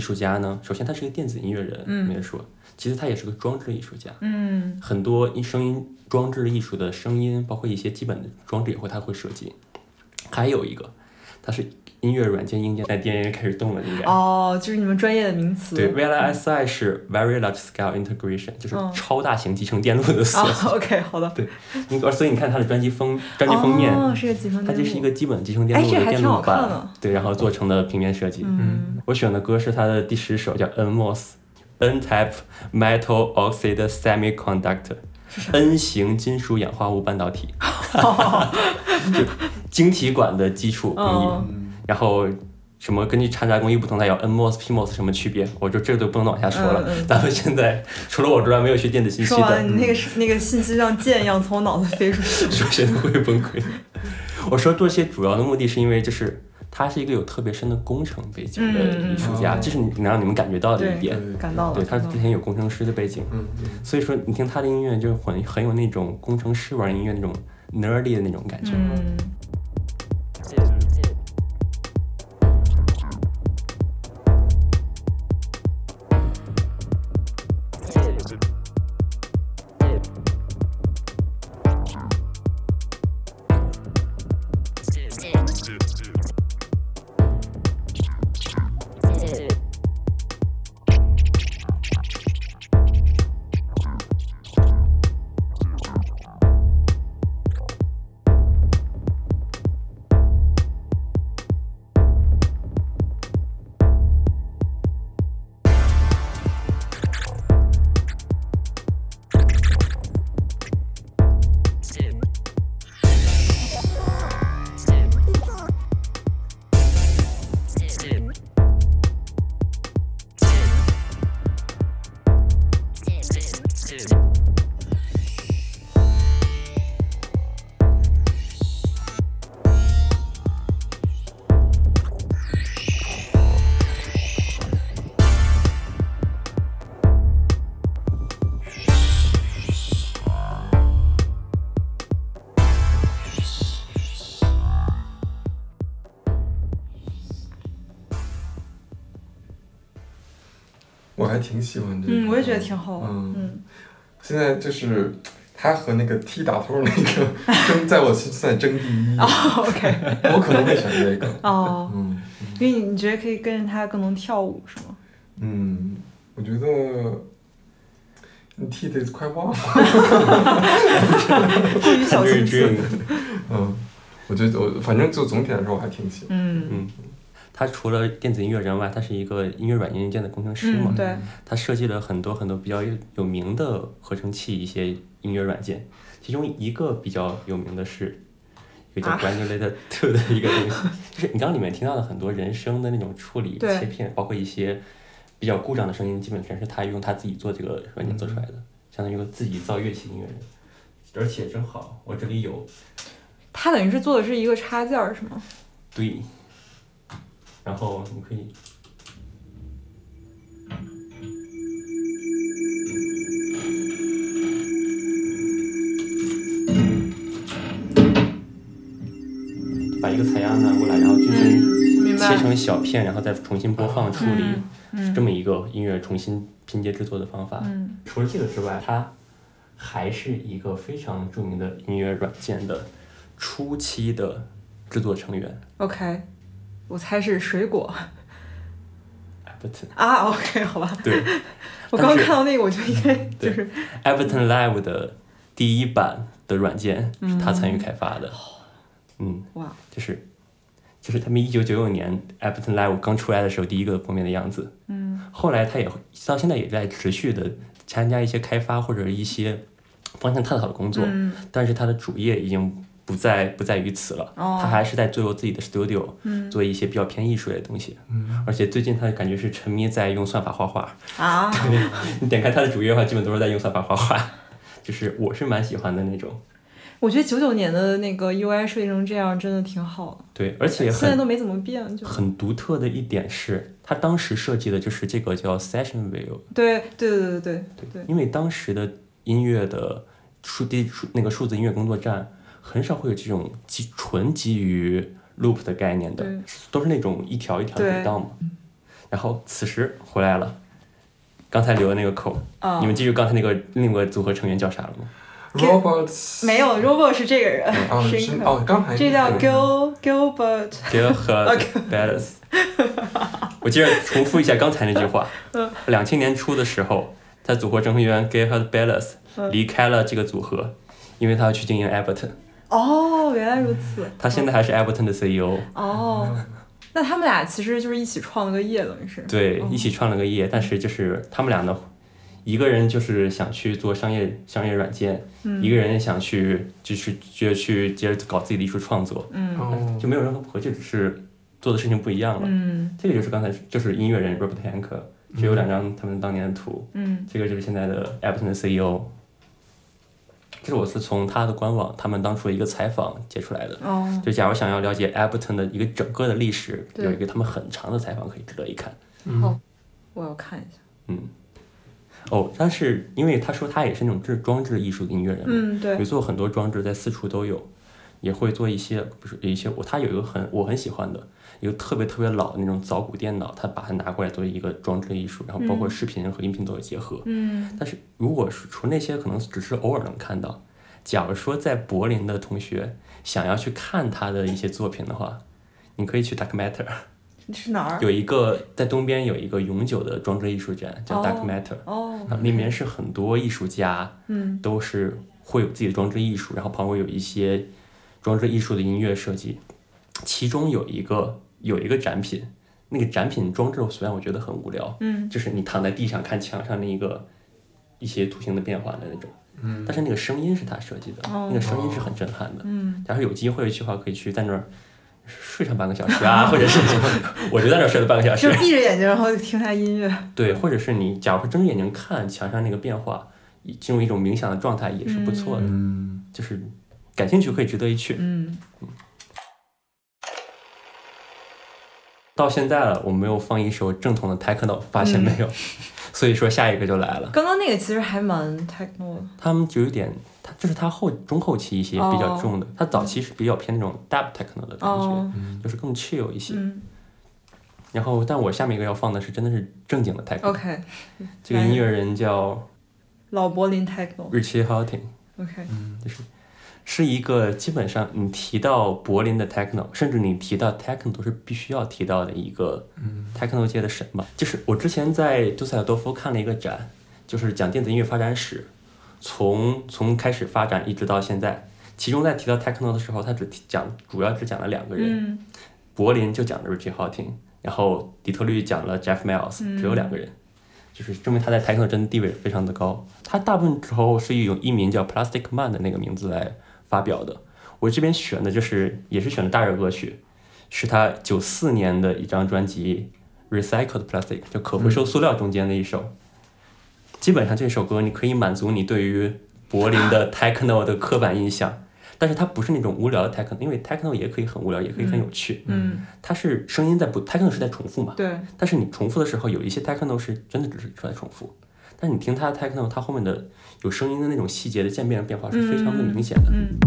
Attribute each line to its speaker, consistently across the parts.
Speaker 1: 术家呢，首先他是一个电子音乐人，
Speaker 2: 嗯
Speaker 1: 没得说。其次，他也是个装置艺术家，
Speaker 2: 嗯
Speaker 1: 很多音声音装置艺术的声音，包括一些基本的装置也会他会设计。还有一个，他是音乐软件硬件，但 DNA 开始动了，应该。
Speaker 2: 哦，就是你们专业的名词。
Speaker 1: 对，VLSI 是 Very Large Scale Integration，就是
Speaker 2: 嗯
Speaker 1: 超大型集成电路的缩写。
Speaker 2: 哦，OK，好的。
Speaker 1: 你所以你看他的专辑封专辑封面，
Speaker 2: 哦，是个几分
Speaker 1: 它
Speaker 2: 钟。
Speaker 1: 这是一个基本集成电
Speaker 2: 哎
Speaker 1: 路
Speaker 2: 这
Speaker 1: 的
Speaker 2: 还
Speaker 1: 电
Speaker 2: 挺好
Speaker 1: 路
Speaker 2: 看
Speaker 1: 板，
Speaker 2: 的
Speaker 1: 对，然后做成的平面设计。
Speaker 2: 嗯，
Speaker 1: 我选的歌是他的第十首，叫 NMOS。N-type metal oxide semiconductor，N 型金属氧化物半导 体，就晶体管的基础工艺。
Speaker 2: 哦
Speaker 1: 然后什么根据掺杂工艺不同，它有 NMOS、PMOS 什么区别，我就这个都不能往下说了。
Speaker 2: 嗯嗯
Speaker 1: 咱们现在除了我之外没有学电子信息
Speaker 2: 说完
Speaker 1: 的，
Speaker 2: 你那个是那个信息像箭一样从我脑子飞出去。
Speaker 1: 说谁都会崩溃。我说这些主要的目的是因为就是。他是一个有特别深的工程背景的
Speaker 2: 嗯嗯嗯
Speaker 1: 艺术家，
Speaker 3: 嗯
Speaker 1: 这是你能让你们感觉到的一点。
Speaker 3: 对
Speaker 2: 感到了。
Speaker 1: 对，他之前有工程师的背景，
Speaker 3: 嗯嗯
Speaker 1: 所以说你听他的音乐就很很有那种工程师玩音乐那种 nerdy 的那种感觉。
Speaker 2: 嗯，
Speaker 3: 我还挺喜欢这个。
Speaker 2: 嗯，我也觉得挺好玩。
Speaker 3: 嗯
Speaker 2: 嗯，
Speaker 3: 现在就是他和那个 T 打头那个争，在我心里争第一，
Speaker 2: 哦，OK，
Speaker 3: 我可能会选这 个。
Speaker 2: 哦，
Speaker 3: 嗯
Speaker 2: 因为你你觉得可以跟着他更能跳舞是吗？
Speaker 3: 嗯，我觉得你 T 的快忘了。
Speaker 2: 过于小心
Speaker 1: Henry
Speaker 2: 思。
Speaker 1: Dream
Speaker 3: 嗯，我觉得我反正就总体来说我还挺喜欢。
Speaker 2: 嗯
Speaker 1: 嗯，他除了电子音乐人外，他是一个音乐软件硬件的工程师嘛
Speaker 2: 嗯，，对，
Speaker 1: 他设计了很多很多比较有名的合成器一些音乐软件，其中一个比较有名的是一个叫
Speaker 2: 啊
Speaker 1: Granulated Two 的一个东西，就是你刚刚里面听到的很多人声的那种处理
Speaker 2: 对
Speaker 1: 切片，包括一些比较故障的声音，基本全是他用他自己做这个软件做出来
Speaker 2: 嗯
Speaker 1: 的，相当于一个自己造乐器音乐人。而且真好，我这里有
Speaker 2: 他等于是做的是一个插件儿是吗？
Speaker 1: 对，然后你可以把一个采样拿过来，然后进行
Speaker 2: 嗯，明
Speaker 1: 切
Speaker 2: 白。
Speaker 1: 成小片，然后再重新播放处理，
Speaker 2: 嗯
Speaker 1: 这么一个音乐重新拼接制作的方法。
Speaker 2: 嗯
Speaker 1: 除了这个之外，它还是一个非常著名的音乐软件的初期的制作成员
Speaker 2: ，OK，我猜是水果
Speaker 1: Ableton。
Speaker 2: 啊。OK，好吧，
Speaker 1: 对
Speaker 2: 我刚刚
Speaker 1: 但是
Speaker 2: 看到那个我就应该就是
Speaker 1: ，Ableton Live 的第一版的软件
Speaker 2: 嗯
Speaker 1: 是他参与开发的。嗯，
Speaker 2: 哇，
Speaker 1: 就是就是他们一九九九年 Ableton Live 刚出来的时候第一个封面的样子。
Speaker 2: 嗯，
Speaker 1: 后来他也会到现在也在持续的参加一些开发或者一些方向探讨的工作，
Speaker 2: 嗯
Speaker 1: 但是他的主业已经不在不在于此了，
Speaker 2: 哦
Speaker 1: 他还是在做自己的 studio，、
Speaker 2: 嗯
Speaker 1: 做一些比较偏艺术类的东西，而且最近他感觉是沉迷在用算法画画，
Speaker 2: 啊，
Speaker 1: 你点开他的主页的话，基本都是在用算法画画， 就是我是蛮喜欢的那种，
Speaker 2: 我觉得九九年的那个 UI 设计成这样真的挺好的，
Speaker 1: 对，而且
Speaker 2: 现在
Speaker 1: 很
Speaker 2: 都没怎么变，就
Speaker 1: 很独特的一点是，他当时设计的就是这个叫 session view，
Speaker 2: 对对对对对对，
Speaker 1: 因为当时的音乐的数地数那个数字音乐工作站很少会有这种基纯基于 loop 的概念的
Speaker 2: 对，
Speaker 1: 都是那种一条一条
Speaker 2: 对
Speaker 1: 轨道嘛。然后此时回来了，刚才留的那个扣，
Speaker 2: 啊、
Speaker 1: 你们记住刚才那个另一个组合成员叫啥了吗？
Speaker 3: Roberts
Speaker 2: 没有
Speaker 1: 嗯
Speaker 2: Robo 是这个人，
Speaker 3: 啊，
Speaker 2: 是
Speaker 3: 是
Speaker 2: 一个，
Speaker 3: 哦，刚才
Speaker 2: 这叫
Speaker 3: 那个
Speaker 2: Gil Gilbert，
Speaker 1: 结合 balance。我接着重复一下刚才那句话。两千年初的时候，他组合成员 g a y h a r d Ballas 离开了这个组合，因为他要去经营 Everton。
Speaker 2: 哦，原来如此，
Speaker 1: 他现在还是 Everton 的 E CEO，
Speaker 2: 哦，那他们俩其实就是一起创了个业，等于是，
Speaker 1: 对，一起创了个业。但是就是他们俩呢，一个人就是想去做商业商业软件，一个人想去就是就去接着搞自己的艺术创作，
Speaker 2: 嗯
Speaker 3: 哦，
Speaker 1: 就没有任何不合，就只是做的事情不一样了。
Speaker 2: 嗯
Speaker 1: 这个就是刚才就是音乐人 Robert Hank，就有两张他们当年的图，
Speaker 2: 嗯
Speaker 1: 这个就是现在的 Everton 的 CEO。这是我是从他的官网，他们当初的一个采访截出来的。
Speaker 2: 哦，
Speaker 1: 就假如想要了解 Everton 的一个整个的历史，
Speaker 2: 对
Speaker 1: 有一个他们很长的采访可以值得一看。
Speaker 3: 嗯
Speaker 1: 嗯
Speaker 2: 我要看一下，
Speaker 1: 哦，但是因为他说他也是那种制装置艺术的音乐人，
Speaker 2: 嗯对
Speaker 1: 也，做很多装置，在四处都有，也会做一些不是一些我他有一个很我很喜欢的一个特别特别老的那种早古电脑，他把它拿过来做一个装置艺术，然后包括视频和音频都有结合。
Speaker 2: 嗯
Speaker 1: 但是如果是除那些可能只是偶尔能看到，假如说在柏林的同学想要去看他的一些作品的话，你可以去 Dark Matter，
Speaker 2: 啊是哪儿？
Speaker 1: 有一个在东边有一个永久的装置艺术展叫 Dark
Speaker 2: 哦
Speaker 1: Matter，、
Speaker 2: 哦，
Speaker 1: 啊里面是很多艺术家
Speaker 2: 嗯
Speaker 1: 都是会有自己的装置艺术，然后旁边有一些装置艺术的音乐设计，其中有一个有一个展品，那个展品装置虽然我觉得很无聊，
Speaker 2: 嗯
Speaker 1: 就是你躺在地上看墙上那一个一些图形的变化的那种，
Speaker 3: 嗯，
Speaker 1: 但是那个声音是他设计的，
Speaker 2: 哦
Speaker 1: 那个声音是很震撼的。
Speaker 2: 嗯
Speaker 1: 假如有机会去的话，可以去在那儿睡上半个小时 啊，或者是我就在那儿睡了半个小时
Speaker 2: 就，闭着眼睛，然后听他音乐，
Speaker 1: 对，或者是你假如说睁着眼睛看墙上那个变化，一进入一种冥想的状态也是不错的，
Speaker 3: 嗯，
Speaker 1: 就是感兴趣可以值得一去。
Speaker 2: 嗯
Speaker 1: 到现在了，我没有放一首正统的 techno，发
Speaker 2: 嗯
Speaker 1: 现没有，所以说下一个就来了。
Speaker 2: 刚刚那个其实还蛮 techno 的，
Speaker 1: 他们就有点，他这是他后中后期一些比较重的，他早期是比较偏那种 dub techno 的感觉，
Speaker 2: 哦，
Speaker 3: 嗯
Speaker 1: 就是更 chill 一些。
Speaker 2: 嗯
Speaker 1: 然后，但我下面一个要放的是真的是正经的 techno，、
Speaker 2: ，OK，
Speaker 1: 这个音乐人叫
Speaker 2: 老柏林 techno，OK，、
Speaker 1: 日期 Houghton。是一个基本上你提到柏林的 techno，甚至你提到 techno 都是必须要提到的一个 techno 界的神吧。就是我之前在杜塞尔多夫看了一个展，就是讲电子音乐发展史，从从开始发展一直到现在。其中在提到 techno 的时候，他只提讲主要只讲了两个人，
Speaker 2: 嗯
Speaker 1: 柏林就讲了 Richie Houghton，然后底特律讲了 Jeff Mills，只有两个人，就是证明他在 techno 真的地位非常的高。他大部分时候是用艺名叫 Plastic Man 的那个名字来发表的。我这边选的就是也是选的大热歌曲，是他九四年的一张专辑《Recycled Plastic》，就可回收塑料中间的一首。基本上这首歌你可以满足你对于柏林的 techno 的刻板印象，但是它不是那种无聊的 techno，因为 techno 也可以很无聊，也可以很有趣。
Speaker 2: 嗯，
Speaker 1: 它是声音在不，techno 是在重复嘛，
Speaker 2: 对，
Speaker 1: 但是你重复的时候，有一些 techno 是真的只是出来重复，但是你听它的 techno，它后面的有声音的那种细节的渐变变化是非常的明显的。
Speaker 2: 嗯，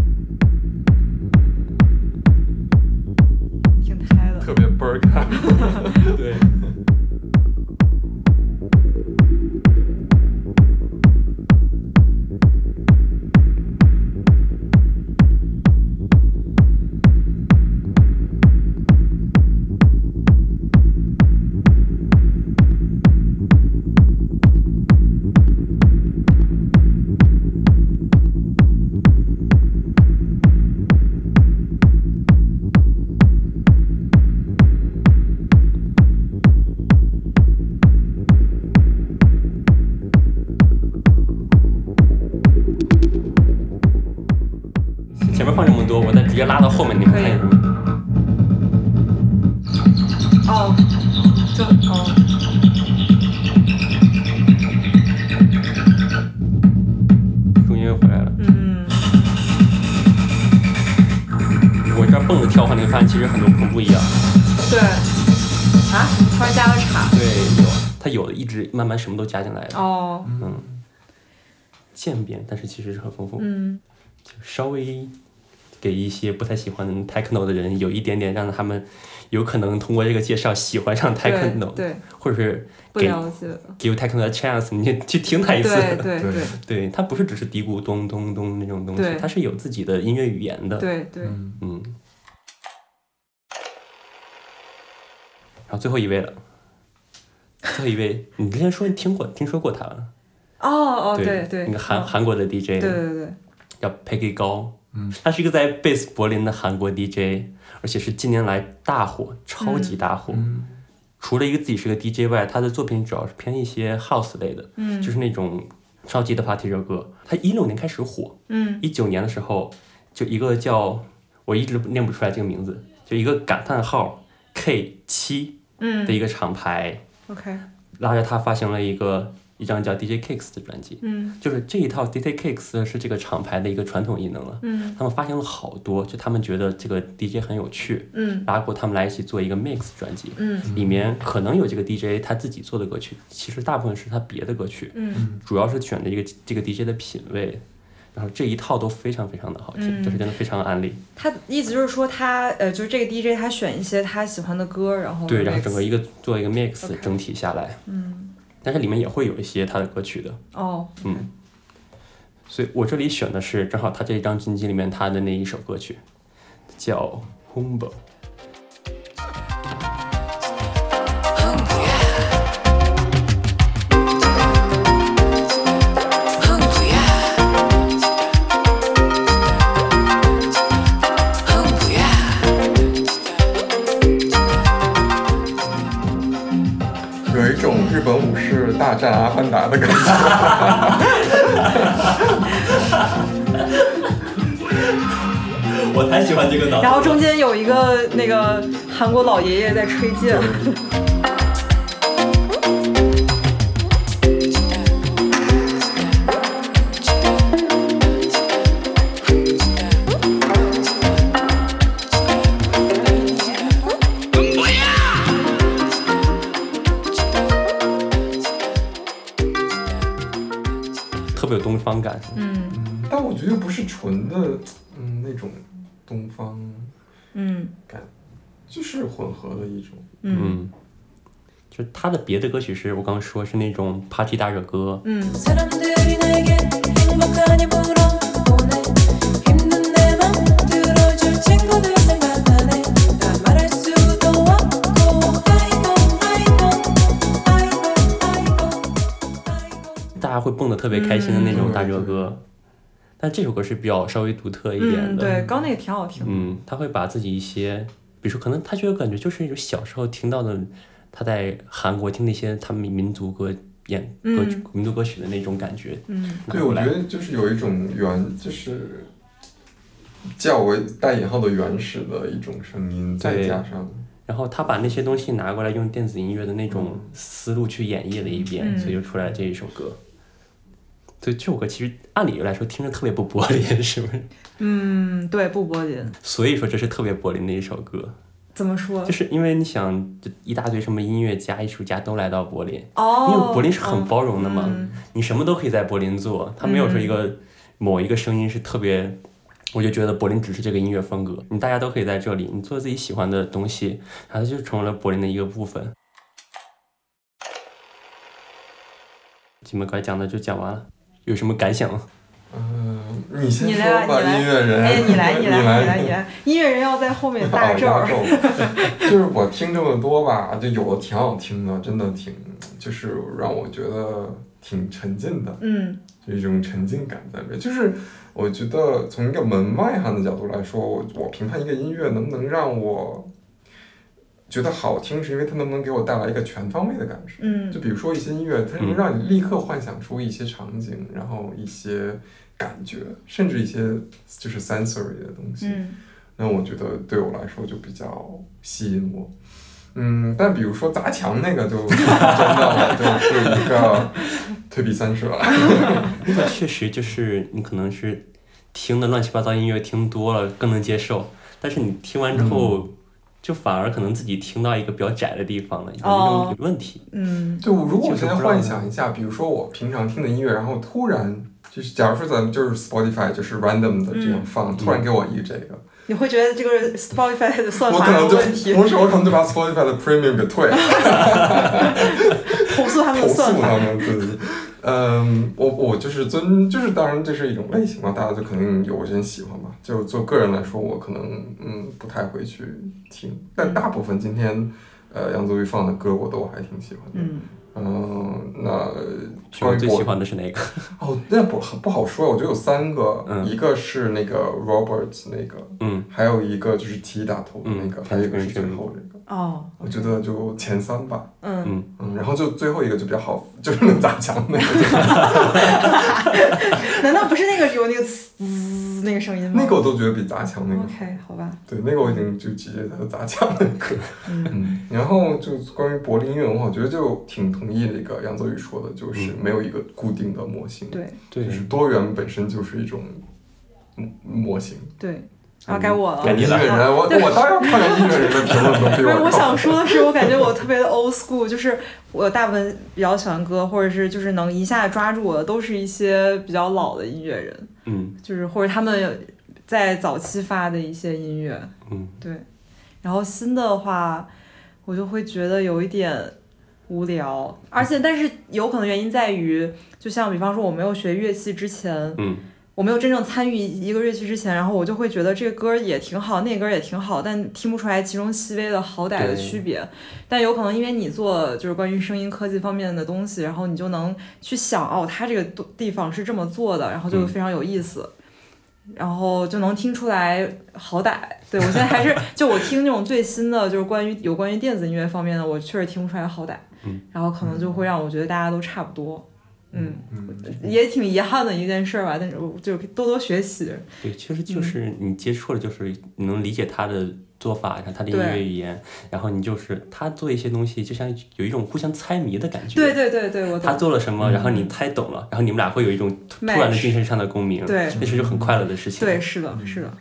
Speaker 2: 挺嗨的，
Speaker 3: 特别倍儿看，
Speaker 1: 对。前面放这么多，我再直接拉到后面，你们看有什
Speaker 2: 嗯
Speaker 1: 么？
Speaker 2: 哦，就哦，
Speaker 1: 重音又回来了。
Speaker 2: 嗯，
Speaker 1: 我这儿蹦着跳的话，你会发现其实很多不不一样。
Speaker 2: 对，啊，突然加了叉，
Speaker 1: 对，有它有的一直慢慢什么都加进来的，
Speaker 2: 哦，
Speaker 3: 嗯
Speaker 1: 渐变，但是其实是很丰富，
Speaker 2: 嗯
Speaker 1: 稍微给一些不太喜欢 techno 的人有一点点让他们有可能通过这个介绍喜欢上
Speaker 2: 对
Speaker 1: techno，
Speaker 2: 对，
Speaker 1: 或者是
Speaker 2: 不
Speaker 1: 给
Speaker 2: 了解，
Speaker 1: give techno a chance，你去听他一
Speaker 2: 对
Speaker 1: 次。
Speaker 2: 对
Speaker 3: 对
Speaker 2: 对
Speaker 1: 对，它不是只是嘀咕咚咚咚那种东西
Speaker 2: 对，
Speaker 1: 它是有自己的音乐语言的。
Speaker 2: 对对，
Speaker 3: 嗯，
Speaker 1: 嗯。然后最后一位了，最后一位，你之前说你听过听说过他，
Speaker 2: 哦哦
Speaker 1: 对
Speaker 2: 对，
Speaker 1: 那个韩
Speaker 2: 嗯
Speaker 1: 韩国的 DJ，
Speaker 2: 对对对，
Speaker 1: 叫 Peggy 高，
Speaker 3: 嗯，
Speaker 1: 他是一个在贝斯柏林的韩国 DJ，而且是近年来大火，超级大火。
Speaker 3: 嗯
Speaker 1: 除了一个自己是个 DJ 外，他的作品主要是偏一些 house 类的，
Speaker 2: 嗯
Speaker 1: 就是那种超级的 party 热歌。他一六年开始火，
Speaker 2: 嗯
Speaker 1: 一九年的时候就一个叫我一直念不出来这个名字，就一个感叹号 K 七的
Speaker 2: 嗯
Speaker 1: 一个厂牌，
Speaker 2: ，OK，
Speaker 1: 拉着他发行了一个一张叫 DJ Kicks 的专辑。
Speaker 2: 嗯
Speaker 1: 就是这一套 DJ Kicks 是这个厂牌的一个传统艺能了。
Speaker 2: 嗯
Speaker 1: 他们发行了好多，就他们觉得这个 DJ 很有趣，
Speaker 2: 嗯
Speaker 1: 拉过他们来一起做一个 mix 专辑，
Speaker 2: 嗯
Speaker 1: 里面可能有这个 DJ 他自己做的歌曲，其实大部分是他别的歌曲，
Speaker 2: 嗯
Speaker 1: 主要是选的一个这个 DJ 的品味，然后这一套都非常非常的好听，
Speaker 2: 嗯
Speaker 1: 这是真的非常安利。
Speaker 2: 他的意思就是说他呃，就是这个 DJ 他选一些他喜欢的歌，然后
Speaker 1: 对，然后
Speaker 2: remix
Speaker 1: 整个一个做一个 mix，
Speaker 2: OK
Speaker 1: 整体下来，
Speaker 2: 嗯
Speaker 1: 但是里面也会有一些他的歌曲的，
Speaker 2: 哦
Speaker 1: 嗯，所以我这里选的是正好他这一张专辑里面他的那一首歌曲，叫《Humble》。
Speaker 3: 有一种日本武士大战阿凡达的感觉。
Speaker 1: 我才喜欢这个脑
Speaker 2: 然后中间有一个那个韩国老爷爷在吹剑，
Speaker 1: 特别有东方感。
Speaker 2: 嗯
Speaker 3: 但我觉得不是纯的，嗯，那种东方，
Speaker 2: 嗯
Speaker 3: 就是混合的一种。
Speaker 2: 嗯
Speaker 1: 就是他的别的歌曲是我刚刚说是那种 party 大热歌，
Speaker 2: 嗯
Speaker 4: 사람들이 내게 행복하니 물어 보네 힘든 내 맘 들어줄 친구들 생각하네 다 말할 수도 없고 I don't I don't I don't I don't I don't
Speaker 1: 大家会蹦得特别开心的那种大热歌。
Speaker 3: 嗯
Speaker 1: 但这首歌是比较稍微独特一点
Speaker 2: 嗯，
Speaker 1: 的，
Speaker 2: 对，刚那个挺好听，
Speaker 1: 嗯，他会把自己一些，比如说可能他觉得感觉就是一种小时候听到的，他在韩国听那些他们民族歌演歌曲、民族歌曲的那种感觉。
Speaker 2: 嗯
Speaker 1: 拿
Speaker 3: 对，我
Speaker 1: 过来
Speaker 3: 觉得就是有一种原，就是较为带引号的原始的一种声音，再
Speaker 1: 对
Speaker 3: 加上
Speaker 1: 然后他把那些东西拿过来，用电子音乐的那种思路去演绎了一遍，
Speaker 2: 嗯
Speaker 1: 所以就出来这一首歌。对这首歌，其实按理来说听着特别不柏林，是不是？
Speaker 2: 嗯，对，不柏林
Speaker 1: 所以说这是特别柏林的一首歌，
Speaker 2: 怎么说
Speaker 1: 就？是因为你想，这一大堆什么音乐家、艺术家都来到柏林，因
Speaker 2: 哦，
Speaker 1: 为柏林是很包容的嘛，
Speaker 2: 嗯
Speaker 1: 你什么都可以在柏林做，它没有说一个某一个声音是特别。我就觉得柏林只是这个音乐风格，你大家都可以在这里，你做自己喜欢的东西，然后它就成为了柏林的一个部分。你们该讲的就讲完了，有什么感想吗？
Speaker 3: 嗯，呃你先
Speaker 2: 你
Speaker 3: 说
Speaker 2: 来
Speaker 3: 吧，
Speaker 2: 你来
Speaker 3: 音乐人。
Speaker 2: 哎，你来，
Speaker 3: 你
Speaker 2: 你
Speaker 3: 哦
Speaker 2: 来，你来，
Speaker 3: 你
Speaker 2: 你来，音乐人要在后面大
Speaker 3: 大
Speaker 2: 阵儿，
Speaker 3: 就是我听这么多吧，就有的挺好听的，真的挺，就是让我觉得挺沉浸的，
Speaker 2: 嗯
Speaker 3: 就一种沉浸感在里面。就是我觉得从一个门外汉的角度来说，我我评判一个音乐能不能让我觉得好听，是因为它能不能给我带来一个全方位的感受。就
Speaker 2: 嗯
Speaker 3: 比如说一些音乐，它能让你立刻幻想出一些场景，然后一些感觉，甚至一些就是 sensory 的东西。
Speaker 2: 嗯
Speaker 3: 那我觉得对我来说就比较吸引我。嗯，但比如说砸墙那个就真的就是一个 退避三舍了。
Speaker 1: 那个确实就是你可能是听的乱七八糟音乐听多了更能接受，但是你听完之后，就反而可能自己听到一个比较窄的地方了，有一种
Speaker 2: 哦
Speaker 1: 有问题。
Speaker 2: 嗯
Speaker 3: 就如果我现在幻想一下，比如说我平常听的音乐，然后突然就是假如说咱们就是 Spotify 就是 random 的这
Speaker 5: 嗯
Speaker 3: 样放，突然给我一这个，
Speaker 5: 你会觉得这个 Spotify 的算
Speaker 3: 我
Speaker 5: 嗯法
Speaker 3: 可能
Speaker 5: 有
Speaker 3: 就
Speaker 5: 问题，
Speaker 3: 不是我可能就把 Spotify 的 premium 给 退了。
Speaker 5: 投诉他们的
Speaker 3: 投诉
Speaker 5: 算
Speaker 3: 他
Speaker 5: 法。
Speaker 3: 们，对对对。嗯，我我就是尊，就是当然这是一种类型嘛，大家就肯定有些人喜欢吧。就做个人来说，我可能嗯不太会去听，但
Speaker 5: 嗯
Speaker 3: 大部分今天呃杨宗纬放的歌我都还挺喜欢的。
Speaker 5: 嗯，
Speaker 3: 嗯，那
Speaker 1: 是我
Speaker 3: 关于
Speaker 1: 最
Speaker 3: 我
Speaker 1: 喜欢的是哪个？
Speaker 3: 哦，那不很不好说，我觉得有三个，
Speaker 1: 嗯
Speaker 3: 一个是那个 Roberts 那个，
Speaker 1: 嗯，
Speaker 3: 还有一个就是 T 打头的那个，
Speaker 1: 嗯
Speaker 3: 还有一个是
Speaker 1: Catch
Speaker 3: 最
Speaker 1: Me
Speaker 3: 后这个，
Speaker 5: 哦，
Speaker 3: 我觉得就前三吧。
Speaker 5: 嗯，
Speaker 3: 嗯，然后就最后一个就比较好，就是能砸墙那个。
Speaker 5: 难道不是那个有那个呲那个声音吗？
Speaker 3: 那个我都觉得比砸墙那个好，
Speaker 5: OK，好吧，
Speaker 3: 对，那个我已经就直接在砸墙那个。 嗯，然后就关于柏林音乐文化，我觉得就挺同意那个杨泽宇说的，就是
Speaker 1: 嗯
Speaker 3: 没有一个固定的模型，
Speaker 5: 对
Speaker 3: 就是多元本身就是一种嗯模型。
Speaker 5: 对，
Speaker 3: 嗯
Speaker 5: 啊，该我了。
Speaker 1: 该
Speaker 3: 音
Speaker 1: 你了
Speaker 3: 乐人，我
Speaker 5: 对
Speaker 3: 我当然看见音乐人的评论都比
Speaker 5: 不是，
Speaker 3: 我
Speaker 5: 我
Speaker 3: 高。
Speaker 5: 想说的是，我感觉我特别的 old school，就是我大部分比较喜欢歌，或者是就是能一下抓住我的，都是一些比较老的音乐人，
Speaker 1: 嗯
Speaker 5: 就是或者他们在早期发的一些音乐，
Speaker 1: 嗯，
Speaker 5: 对。然后新的话，我就会觉得有一点无聊，而且但是有可能原因在于，就像比方说我没有学乐器之前，
Speaker 1: 嗯，
Speaker 5: 我没有真正参与一个乐器之前，然后我就会觉得这个歌也挺好，那个歌也挺好，但听不出来其中细微的好歹
Speaker 1: 对
Speaker 5: 的区别。但有可能因为你做就是关于声音科技方面的东西，然后你就能去想哦，它这个地地方是这么做的，然后就
Speaker 1: 嗯
Speaker 5: 非常有意思。然后就能听出来，好歹对我现在还 是就我听那种最新的，就是关于有关于电子音乐方面的，我确实听不出来好歹，
Speaker 1: 嗯
Speaker 5: 然后可能就会让我觉得大家都差不多，嗯，
Speaker 3: 嗯，
Speaker 5: 也挺遗憾的一件事儿吧，但是我就多多学习，
Speaker 1: 对，其实
Speaker 5: 嗯
Speaker 1: 就是你接触了，就是你能理解他的做法，然后他的音
Speaker 5: 对
Speaker 1: 乐语言，然后你就是他做一些东西，就像有一种互相猜谜的感觉。
Speaker 5: 对对对对，我
Speaker 1: 他
Speaker 5: 懂，
Speaker 1: 做了什么，然后你猜懂了，然后你们俩会有一种突突
Speaker 5: Match
Speaker 1: 然的精神上的共鸣，
Speaker 5: 对
Speaker 1: 这是就很快乐的事情。
Speaker 5: 对，，是的，是的，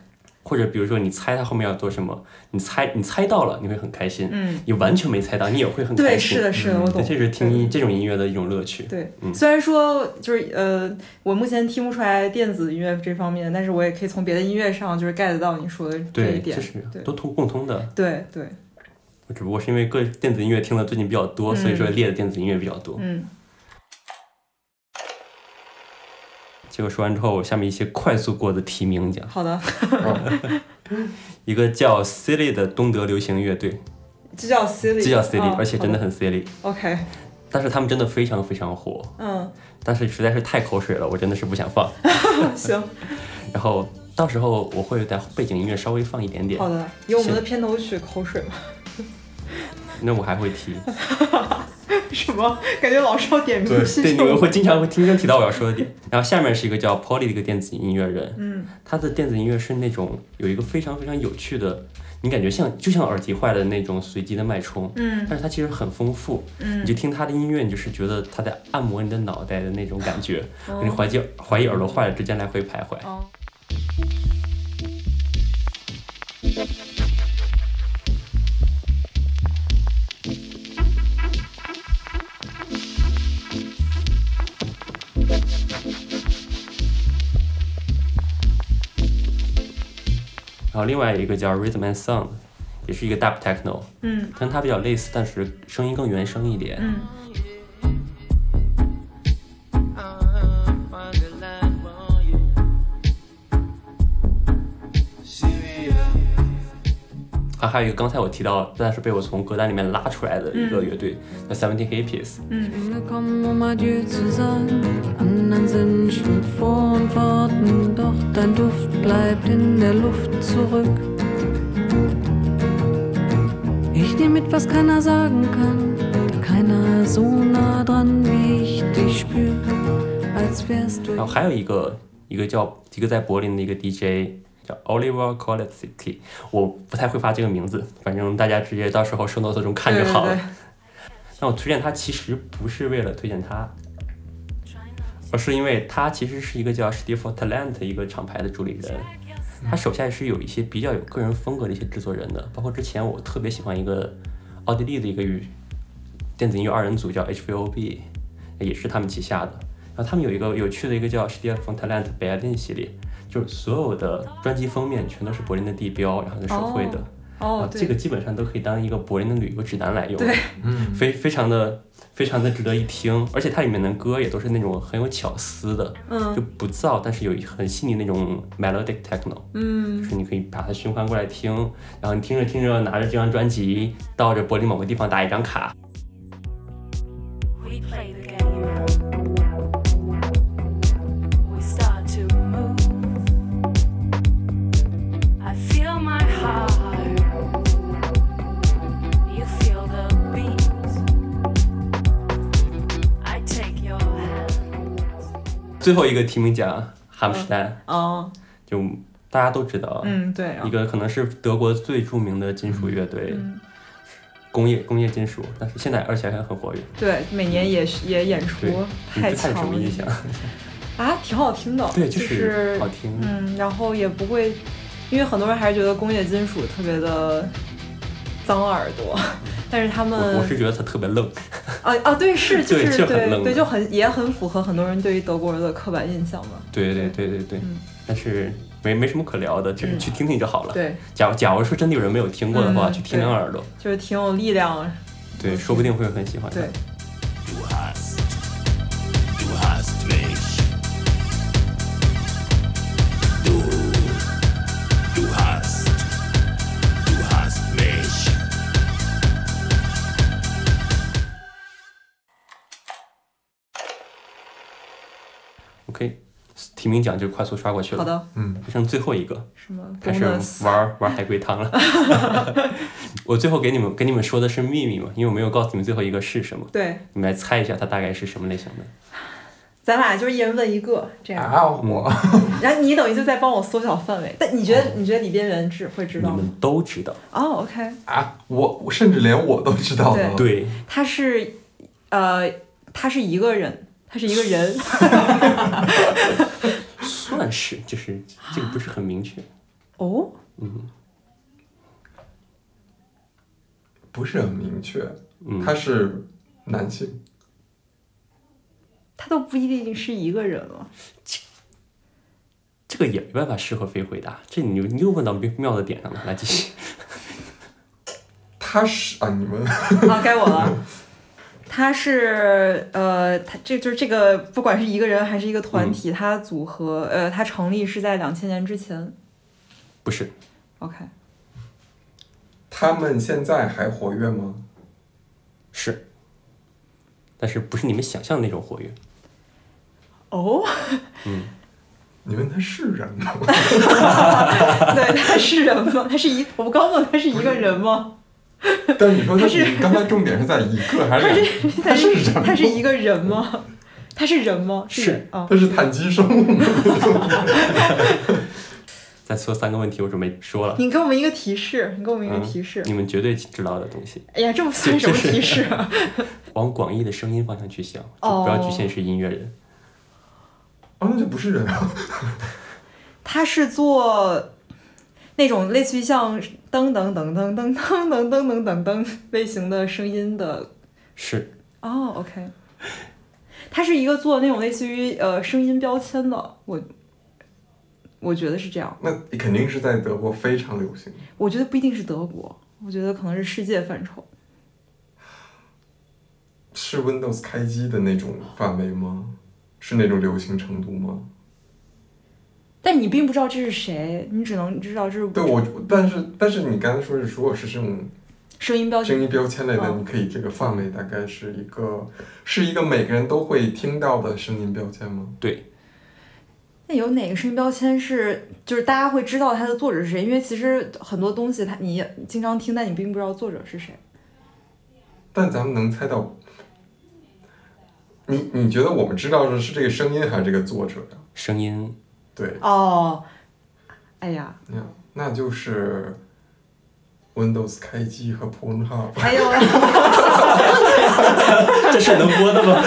Speaker 1: 或者比如说你猜他后面要做什么，你猜你猜到了，你会很开心；
Speaker 5: 嗯，
Speaker 1: 你完全没猜到，你也会很
Speaker 5: 对，
Speaker 1: 开
Speaker 5: 是
Speaker 1: 心。
Speaker 5: 的，是的，我
Speaker 1: 对，
Speaker 5: 懂。
Speaker 1: 这是听音这种音乐的一种乐趣。
Speaker 5: 对，
Speaker 1: 嗯
Speaker 5: 虽然说就是呃，我目前听不出来电子音乐这方面，但是我也可以从别的音乐上就是 get 到你说的这一
Speaker 1: 对，
Speaker 5: 点
Speaker 1: 这。是
Speaker 5: 对
Speaker 1: 都通共通的。
Speaker 5: 对对，
Speaker 1: 只不过是因为个电子音乐听的最近比较多，所以说列的电子音乐比较多。
Speaker 5: 嗯
Speaker 1: 结果说完之后，我下面一些快速过的提名奖，
Speaker 5: 好的，
Speaker 1: 一个叫 Silly 的东德流行乐队，
Speaker 5: 这叫 silly，
Speaker 1: 这叫 Silly，、
Speaker 5: 哦
Speaker 1: 而且真的
Speaker 5: 好
Speaker 1: 很 Silly，
Speaker 5: OK，
Speaker 1: 但是他们真的非常非常火，
Speaker 5: 嗯，
Speaker 1: 但是实在是太口水了，我真的是不想放。
Speaker 5: 行，
Speaker 1: 嗯然后到时候我会在背景音乐稍微放一点点
Speaker 5: 好，的，有我们的片头曲《口水》吗？
Speaker 1: 那我还会提。
Speaker 5: 什么？感觉老 是要点名
Speaker 3: 对
Speaker 5: 批
Speaker 1: 对，
Speaker 5: 评
Speaker 1: 你们会经常会听听提到我要说的点。然后下面是一个叫 Polly 的一个电子音乐人，
Speaker 5: 嗯，
Speaker 1: 他的电子音乐是那种有一个非常非常有趣的，你感觉像就像耳机坏了那种随机的脉冲，
Speaker 5: 嗯
Speaker 1: 但是它其实很丰富，
Speaker 5: 嗯
Speaker 1: 你就听他的音乐，你就是觉得他在按摩你的脑袋的那种感觉，你怀疑怀疑耳朵坏了之间来回徘徊。
Speaker 5: 哦，
Speaker 1: 然后另外一个叫 Rhythm and Sound，也是一个 dub techno，
Speaker 5: 嗯
Speaker 1: 跟它比较类似，但是声音更原声一点。
Speaker 5: 嗯，
Speaker 1: 啊，还有一个刚才我提到，但是被我从歌单里面拉出来的一
Speaker 5: 嗯
Speaker 1: 个乐队，叫 Seventeen Hippies。
Speaker 6: Willkommen, um Adieu zu sagen. Die anderen sind schon vor und warten, doch dein Duft bleibt in der Luft zurück. Ich nehme mit, was keiner sagen kann, da keiner so nah dran wie ich dich spür, als wärst du.
Speaker 1: 然后还有一个一个叫一个在柏林的一个 DJ 叫 Oliver k o l e t z i k i 我不太会发这个名字，反正大家直接到时候收 notes 中看就好了。
Speaker 5: 对对对
Speaker 1: 那我推荐他其实不是为了推荐他，而是因为他其实是一个叫 s t e v e Talent 一个厂牌的主理人，他手下是有一些比较有个人风格的一些制作人的，包括之前我特别喜欢一个奥地利的一个乐电子音乐二人组叫 HVOB，也是他们旗下的。然后他们有一个有趣的一个叫 s t i e von Talent 北爱丁系列，就是所有的专辑封面全都是柏林的地标，然后是手绘的。
Speaker 5: 哦
Speaker 1: 啊，，
Speaker 5: 对，
Speaker 1: 这个基本上都可以当一个柏林的旅游指南来用，
Speaker 5: 对，
Speaker 3: 嗯，
Speaker 1: 非非常的非常的值得一听，而且它里面的歌也都是那种很有巧思的，
Speaker 5: 嗯
Speaker 1: 就不燥，但是有很细腻那种 melodic techno，嗯，就是你可以把它循环过来听，然后你听着听着，拿着这张专辑到着柏林某个地方打一张卡，
Speaker 4: We play the game. We start to move. I feel my heart. You feel the beat. I take your hand.
Speaker 1: 最后一个提名奖哈姆施丹，
Speaker 5: 哦，
Speaker 1: 就大家都知道，
Speaker 5: 嗯，对，然后
Speaker 1: 一个可能是德国最著名的金属乐队，
Speaker 5: 嗯
Speaker 1: 工业工业金属，但是现在而且还很活跃，
Speaker 5: 对，每年也是也演出
Speaker 1: 对，你
Speaker 5: 太
Speaker 1: 对他有什
Speaker 5: 强
Speaker 1: 么印
Speaker 5: 了
Speaker 1: 象？
Speaker 5: 啊，挺好听的，
Speaker 1: 对，
Speaker 5: 就
Speaker 1: 就是好听，
Speaker 5: 嗯，然后也不会，因为很多人还是觉得工业金属特别的脏耳朵，但是他
Speaker 1: 嗯我我
Speaker 5: 们
Speaker 1: 是觉得它特别愣，
Speaker 5: 啊啊，对，是就
Speaker 1: 对
Speaker 5: 是
Speaker 1: 就很
Speaker 5: 对
Speaker 1: 冷
Speaker 5: 对，就很也很符合很多人对于德国人的刻板印象嘛。
Speaker 1: 对对对对对，
Speaker 5: 嗯
Speaker 1: 但是没没什么可聊的，只是去听听就好了。
Speaker 5: 对，
Speaker 1: 假如假如说真的有人没有听过的话，
Speaker 5: 嗯
Speaker 1: 去听两耳朵，
Speaker 5: 就是挺有力量。
Speaker 1: 对，说不定会很喜欢它。
Speaker 5: 对，
Speaker 7: Du hast mich. Du, du hast, du hast mich.
Speaker 1: ，OK，提名奖就快速刷过去了。
Speaker 5: 好，的，
Speaker 3: 嗯
Speaker 1: 剩最后一个，
Speaker 5: 什么
Speaker 1: 开始
Speaker 5: bonus？
Speaker 1: 玩玩海龟汤了。 我最后给你们给你们说的是秘密嘛，因为我没有告诉你们最后一个是什么，
Speaker 5: 对，
Speaker 1: 你们来猜一下它大概是什么类型的。
Speaker 5: 咱俩就是一人问一个这样，
Speaker 3: 啊，我
Speaker 1: 嗯
Speaker 5: 然后你等于就在帮我缩小范围。但你觉得你觉得李边缘知会
Speaker 1: 哦
Speaker 5: 知
Speaker 1: 你
Speaker 5: 道吗？
Speaker 1: 们都知道，
Speaker 5: 哦，OK，
Speaker 3: 啊，我我甚至连我都知道了。
Speaker 1: 对，
Speaker 5: 他是呃，他是一个人，他是一个 人。
Speaker 1: 算是就是这个不是很明确。
Speaker 5: 哦，
Speaker 3: 不是很明确，
Speaker 1: 嗯
Speaker 3: 他是男性，
Speaker 5: 他都不一定是一个人 了。
Speaker 1: 这个也没办法是和非回答，这你又你又问到妙妙的点上了。来继续，
Speaker 3: 他是啊，你们
Speaker 5: 啊，该我了。他是呃，他这就是这个，不管是一个人还是一个团
Speaker 1: 嗯
Speaker 5: 体，他组合呃，他成立是在两千年之前。
Speaker 1: 不是
Speaker 5: OK，
Speaker 3: 他们现在还活跃吗？
Speaker 1: 是，但是不是你们想象的那种活跃？
Speaker 5: 哦，
Speaker 3: 你问他是人吗？
Speaker 5: 对，他是人吗？他是一，我刚问他是一个人吗？
Speaker 3: 但你说他
Speaker 5: 他是
Speaker 3: 你刚才重点是在一个还是
Speaker 5: 他
Speaker 3: 两
Speaker 5: 是
Speaker 3: 个？
Speaker 5: 他
Speaker 3: 他
Speaker 5: 是
Speaker 3: 人吗？
Speaker 5: 他是一个人吗？他是人吗？
Speaker 1: 是
Speaker 5: 人啊，
Speaker 3: 他是碳基生物吗？
Speaker 1: 再说三个问题，我准备说了。
Speaker 5: 你给我们一个提示，你给我们一个
Speaker 1: 嗯，
Speaker 5: 提示。
Speaker 1: 你们绝对知道的东西，
Speaker 5: 哎呀，这不算什么提示啊！
Speaker 1: 往广义的声音方向去想，就不要局
Speaker 5: 哦
Speaker 1: 限是音乐人。
Speaker 3: 啊，那就不是人啊！
Speaker 5: 他是做那种类似于像噔噔噔噔噔噔噔噔噔噔噔类型的声音的。
Speaker 1: 是
Speaker 5: 哦，OK，他是一个做那种类似于呃声音标签的，我我觉得是这样。
Speaker 3: 那肯定是在德国非常流行。
Speaker 5: 我觉得不一定是德国，我觉得可能是世界范畴。
Speaker 3: 是 Windows 开机的那种范围吗？是那种流行程度吗？
Speaker 5: 但你并不知道这是谁，你只能知道这是
Speaker 3: 对我，但是但是你刚才说是，如果是这种
Speaker 5: 声音标
Speaker 3: 声
Speaker 5: 签。
Speaker 3: 音标签类的，
Speaker 5: 哦
Speaker 3: 你可以这个范围大概是一个，是一个每个人都会听到的声音标签吗？
Speaker 1: 对，
Speaker 5: 那有哪个声音标签是就是大家会知道它的作者是谁？因为其实很多东西它你你经常听，但你并不知道作者是谁。
Speaker 3: 但咱们能猜到，你你觉得我们知道的是这个声音还是这个作者呀？
Speaker 1: 声音，
Speaker 3: 对，
Speaker 5: 哦，哎呀，
Speaker 3: 那那就是 Windows 开机和 Pornhub。
Speaker 5: 还 有
Speaker 1: 这是能播的 吗？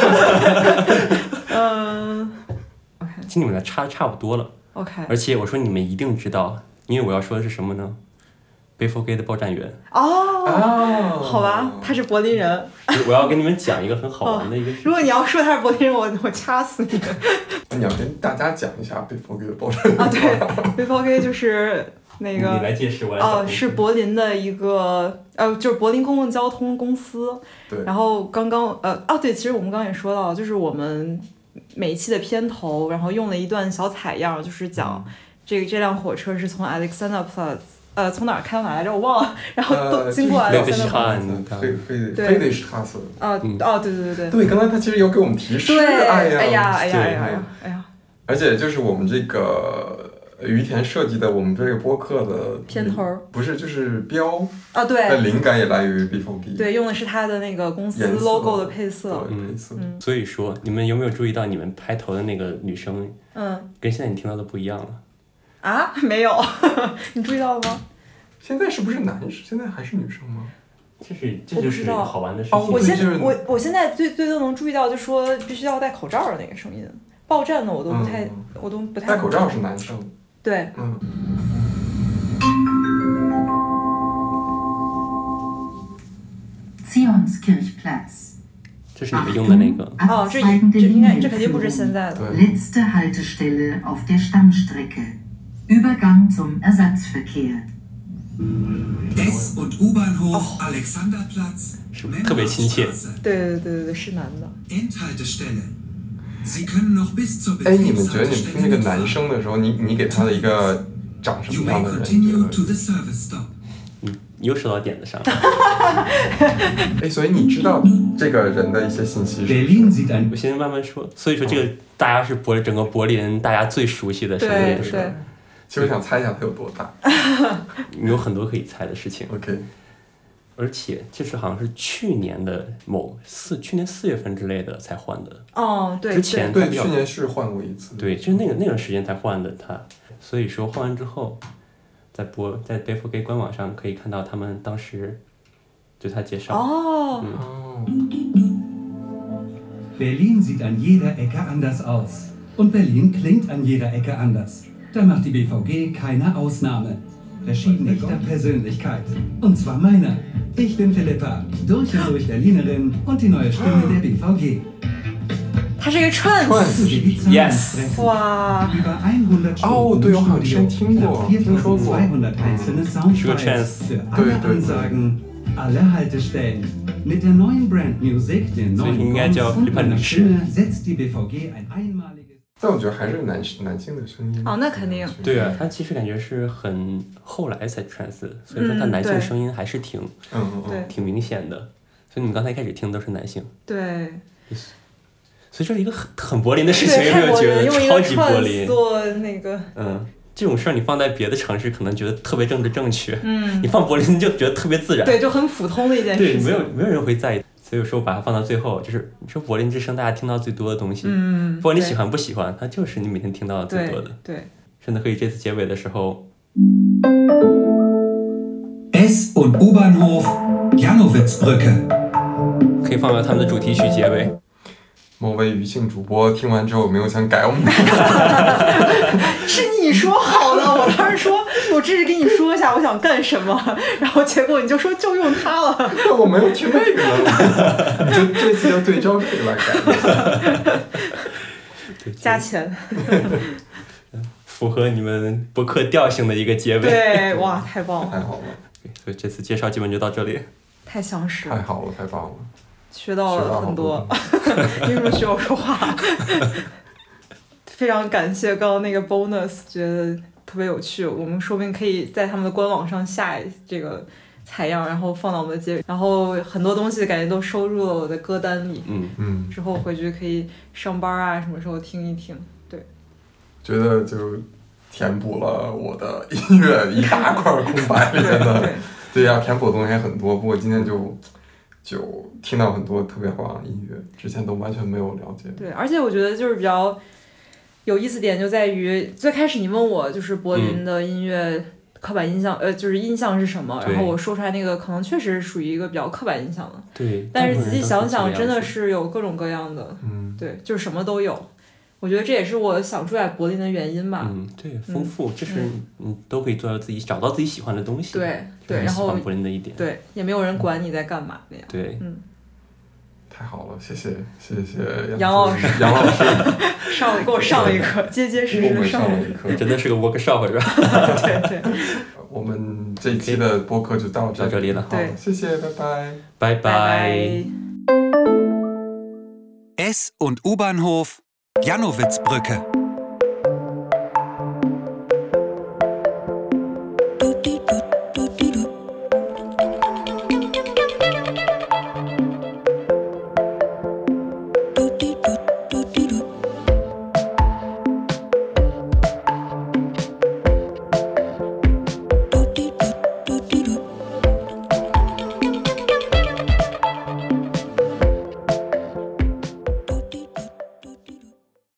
Speaker 5: 嗯，OK
Speaker 1: 其实你们俩差差不多了，
Speaker 5: OK，
Speaker 1: 而且我说你们一定知道，因为我要说的是什么呢？贝弗给的报站员。
Speaker 5: 哦，
Speaker 3: 啊，
Speaker 5: 好吧，他是柏林人。
Speaker 1: 我要跟你们讲一个很好玩的一个事
Speaker 5: 哦如果你要说他是柏林人，我我掐死 你
Speaker 3: 你要跟大家讲一下被封给的报纸。
Speaker 5: 啊！对 b f o k 就是那
Speaker 1: 你
Speaker 5: 个
Speaker 1: 来解释，我来讲
Speaker 5: 哦，
Speaker 1: 故事
Speaker 5: 是柏林的一个呃，就是柏林公共交通公司。
Speaker 3: 对
Speaker 5: 然后刚刚呃，哦对，其实我们刚刚也说到，就是我们每一期的片头，然后用了一段小采样，就是讲
Speaker 3: 嗯
Speaker 5: 这个这辆火车是从 Alexanderplatz 呃从哪儿开到哪儿来着，我忘了，然后哦都、
Speaker 3: 呃
Speaker 5: 经过
Speaker 1: 就是
Speaker 5: Alexanderplatz
Speaker 1: 啊
Speaker 3: 嗯
Speaker 1: 你看
Speaker 3: 非非得
Speaker 5: 对
Speaker 3: 非得是他死的。
Speaker 5: 啊、
Speaker 1: 嗯
Speaker 5: 哦对对对对。
Speaker 3: 对，刚才他其实有给我们提示，
Speaker 5: 对，
Speaker 3: 哎呀，
Speaker 5: 哎呀，哎呀，
Speaker 1: 对
Speaker 5: 哎呀，哎呀，哎呀，
Speaker 3: 而且就是我们这个于田设计的，我们这个播客的
Speaker 5: 片头儿
Speaker 3: 不是就是标
Speaker 5: 啊，
Speaker 3: 的
Speaker 5: 对，
Speaker 3: 灵感也来源于 B f o B。
Speaker 5: 对，用的是它的那个公司
Speaker 3: 颜色
Speaker 5: logo 的配色，
Speaker 3: 对，
Speaker 1: 嗯
Speaker 3: 没错。
Speaker 5: 嗯
Speaker 1: 所以说，你们有没有注意到你们拍头的那个女生
Speaker 5: 嗯
Speaker 1: 跟现在你听到的不一样了？
Speaker 5: 啊， 没有，你注意到了吗？
Speaker 3: 现在是不是男生？现在还是女生吗？
Speaker 1: 这是
Speaker 5: 我
Speaker 1: 这
Speaker 5: 不
Speaker 1: 就
Speaker 5: 知
Speaker 1: 是
Speaker 5: 道
Speaker 1: 好玩的事
Speaker 3: 哦
Speaker 1: 情。
Speaker 5: 我
Speaker 3: 对
Speaker 5: 现
Speaker 3: 就是
Speaker 5: 我我现在最最多能注意到，就说必须要戴口罩的那个声音，报站的我都不太，
Speaker 3: 嗯
Speaker 5: 我都不太
Speaker 3: 戴口罩是男生。
Speaker 5: 对，
Speaker 3: 嗯，
Speaker 8: Zionskirchplatz.
Speaker 1: 这是你们用的那个，
Speaker 5: 哦，这一
Speaker 8: Abzweigende
Speaker 5: 这应该
Speaker 8: Linie
Speaker 5: 这肯定不是现
Speaker 8: führen.
Speaker 5: 在的，
Speaker 3: 对。
Speaker 8: Letzte Haltestelle auf der Stammstrecke. Übergang zum Ersatzverkehr.
Speaker 7: S- und U-Bahnhof Alexanderplatz,
Speaker 1: 是特别亲切。
Speaker 7: Memphis-Straße,
Speaker 5: 对对对对对，是男的，
Speaker 7: Endhaltestelle. Sie können noch bis zur
Speaker 3: 哎，你们觉得你们听那个男
Speaker 7: mitfahren.
Speaker 3: 生的时候，你你给他的一个长什
Speaker 7: You
Speaker 3: 么
Speaker 7: may
Speaker 3: 样的人觉
Speaker 7: continue to
Speaker 3: 得？
Speaker 7: the service stop.
Speaker 1: 嗯，又说到点子上了。
Speaker 3: 哎，所以你知道这个人的一些信息是？
Speaker 7: Berlin sieht ein
Speaker 1: 我先慢慢说。所以说，这个大家是柏整个柏林大家最熟悉的声
Speaker 5: 对
Speaker 1: 音，是吧
Speaker 5: 对，
Speaker 3: 其实我想猜一下他有多大。
Speaker 1: 你有很多可以猜的事情。
Speaker 3: OK，
Speaker 1: 而且这是好像是去年的某四，去年四月份之类的才换的，
Speaker 5: 哦对
Speaker 1: 之前
Speaker 5: 对，
Speaker 3: 对，去年是换过一次。
Speaker 1: 对，就是那个那个时间才换的它。所以说换完之后，在播在 b e f o g 官网上可以看到他们当时对他介绍。
Speaker 5: 哦，
Speaker 3: 哦，
Speaker 7: Berlin sieht an jeder Ecke anders aus. Und Berlin klingt an jeder Ecke anders. Da macht die BVG keine Ausnahme. Verschieden echter Persönlichkeit. Und zwar meiner. Ich bin Philippa, durch und durch Berlinerin und die neue Stimme der BVG.
Speaker 5: 他是一个 trans，
Speaker 7: Sie die Zahlen
Speaker 1: Yes.
Speaker 7: sprechen.
Speaker 5: 哇，
Speaker 7: Über 100 Stunden
Speaker 3: Oh, du,
Speaker 7: im
Speaker 3: Johann,
Speaker 7: Studio,
Speaker 3: schön Team,
Speaker 7: knapp
Speaker 3: du. Team schon so.
Speaker 7: 4200 einzelne
Speaker 1: Sure
Speaker 7: Soundfiles
Speaker 1: chance.
Speaker 7: für
Speaker 3: Du,
Speaker 7: alle
Speaker 3: du, du.
Speaker 7: Ansagen, alle Haltestellen. Mit der neuen Brand Music, den neuen
Speaker 1: Deswegen geht ja
Speaker 7: Gongs
Speaker 1: auf
Speaker 7: und
Speaker 1: Philippa
Speaker 7: meiner
Speaker 1: nicht.
Speaker 7: Stimme setzt die BVG ein einmaliges
Speaker 3: 但我觉得还是男男性的声音。
Speaker 5: 哦那肯定。
Speaker 1: 对啊，他其实感觉是很后来才 trans，的所以说他
Speaker 5: 嗯
Speaker 1: 男性
Speaker 5: 对
Speaker 1: 声音还是挺
Speaker 3: 嗯嗯
Speaker 5: 对
Speaker 1: 挺明显的。所以你们刚才一开始听都是男性，
Speaker 5: 对
Speaker 1: 所以这是一个很很柏林的事情，
Speaker 5: 对，
Speaker 1: 有没
Speaker 5: 泰
Speaker 1: 有
Speaker 5: 国
Speaker 1: 觉
Speaker 5: 人
Speaker 1: 得
Speaker 5: 用一
Speaker 1: 超
Speaker 5: 个
Speaker 1: 级柏林
Speaker 5: trans？做那个，
Speaker 1: 嗯，这种事儿你放在别的城市可能觉得特别政治正确，嗯，你放柏林就觉得特别自然，
Speaker 5: 对，就很普通的一件
Speaker 1: 对，
Speaker 5: 事情，
Speaker 1: 没有没有人会在意。所以说，我把它放到最后，就是你说柏林之声，大家听到最多的东西，
Speaker 5: 嗯，
Speaker 1: 不管你
Speaker 5: 对
Speaker 1: 喜欢不喜欢，它就是你每天听到的最多
Speaker 5: 对
Speaker 1: 的，
Speaker 5: 对，
Speaker 1: 甚至可以这次结尾的时候，
Speaker 7: S- und U-Bahnhof Janowitzbrücke.
Speaker 1: 可以放到他们的主题曲结尾。
Speaker 3: 某位余姓主播听完之后有没有想改 我们？
Speaker 5: 是哎你说好的，我当时说，我只是跟你说一下我想干什么， 然后结果你就说就用它了，
Speaker 3: 我没有听那个呢，你就这次要对照这个来改。
Speaker 5: 加钱，
Speaker 1: 符合你们博客调性的一个结尾。
Speaker 5: 对，哇，太棒了，
Speaker 3: 太好了，
Speaker 1: 对所以这次介绍基本就到这里。
Speaker 5: 太详实，
Speaker 3: 太
Speaker 5: 了，
Speaker 3: 好了，太棒了！
Speaker 5: 学到
Speaker 3: 哎学到
Speaker 5: 了
Speaker 3: 好
Speaker 5: 很多
Speaker 3: 多。
Speaker 5: 你为什么学我说话？ 非常感谢刚刚那个 bonus，觉得特别有趣。我们说不定可以在他们的官网上下这个采样，然后放到我们的结尾。然后很多东西感觉都收入了我的歌单里，
Speaker 1: 嗯，
Speaker 3: 嗯，
Speaker 5: 之后回去可以上班啊，什么时候听一听。对，
Speaker 3: 觉得就填补了我的音乐一大块空白里面的。对呀、填补的东西还很多，不过今天就就听到很多特别好玩的音乐，之前都完全没有了解。
Speaker 5: 对，而且我觉得就是比较有意思点就在于，最开始你问我就是柏林的音乐刻板印象，呃，就是印象是什么，
Speaker 1: 对
Speaker 5: 然后我说出来那个可能确实是属于一个比较刻板印象的，
Speaker 1: 对。
Speaker 5: 但
Speaker 1: 大
Speaker 5: 是
Speaker 1: 部
Speaker 5: 仔
Speaker 1: 分人
Speaker 5: 细
Speaker 1: 都这个
Speaker 5: 想想，
Speaker 1: 样
Speaker 5: 真的
Speaker 1: 子
Speaker 5: 是有各种各样的，
Speaker 3: 嗯，
Speaker 5: 对，就是什么都有。我觉得这也是我想住在柏林的原因吧。
Speaker 1: 嗯，对，丰富，这是嗯都可以做到自己找到自己喜欢的东西。
Speaker 5: 对
Speaker 1: 这
Speaker 5: 对
Speaker 1: 是
Speaker 5: 然
Speaker 1: 喜欢
Speaker 5: 后
Speaker 1: 柏林的一点。
Speaker 5: 对，也没有人管你在干嘛那样。
Speaker 1: 对，
Speaker 3: 太好了，谢谢谢谢
Speaker 5: 杨老师，
Speaker 3: 杨老师
Speaker 5: 上了给我上了一课，结结实
Speaker 3: 给我
Speaker 5: 实
Speaker 3: 们
Speaker 5: 地
Speaker 3: 上
Speaker 5: 上
Speaker 3: 了
Speaker 5: 了
Speaker 3: 一
Speaker 5: 一
Speaker 3: 课
Speaker 1: 这。真的是个 workshop 是吧？
Speaker 5: 课。对对，
Speaker 3: 我们这一期的播客就到这
Speaker 1: 到这里了
Speaker 3: 好
Speaker 5: 对
Speaker 3: 谢谢，拜拜。
Speaker 1: 拜
Speaker 5: 拜拜。
Speaker 9: S- und U-Bahnhof Janowitzbrücke.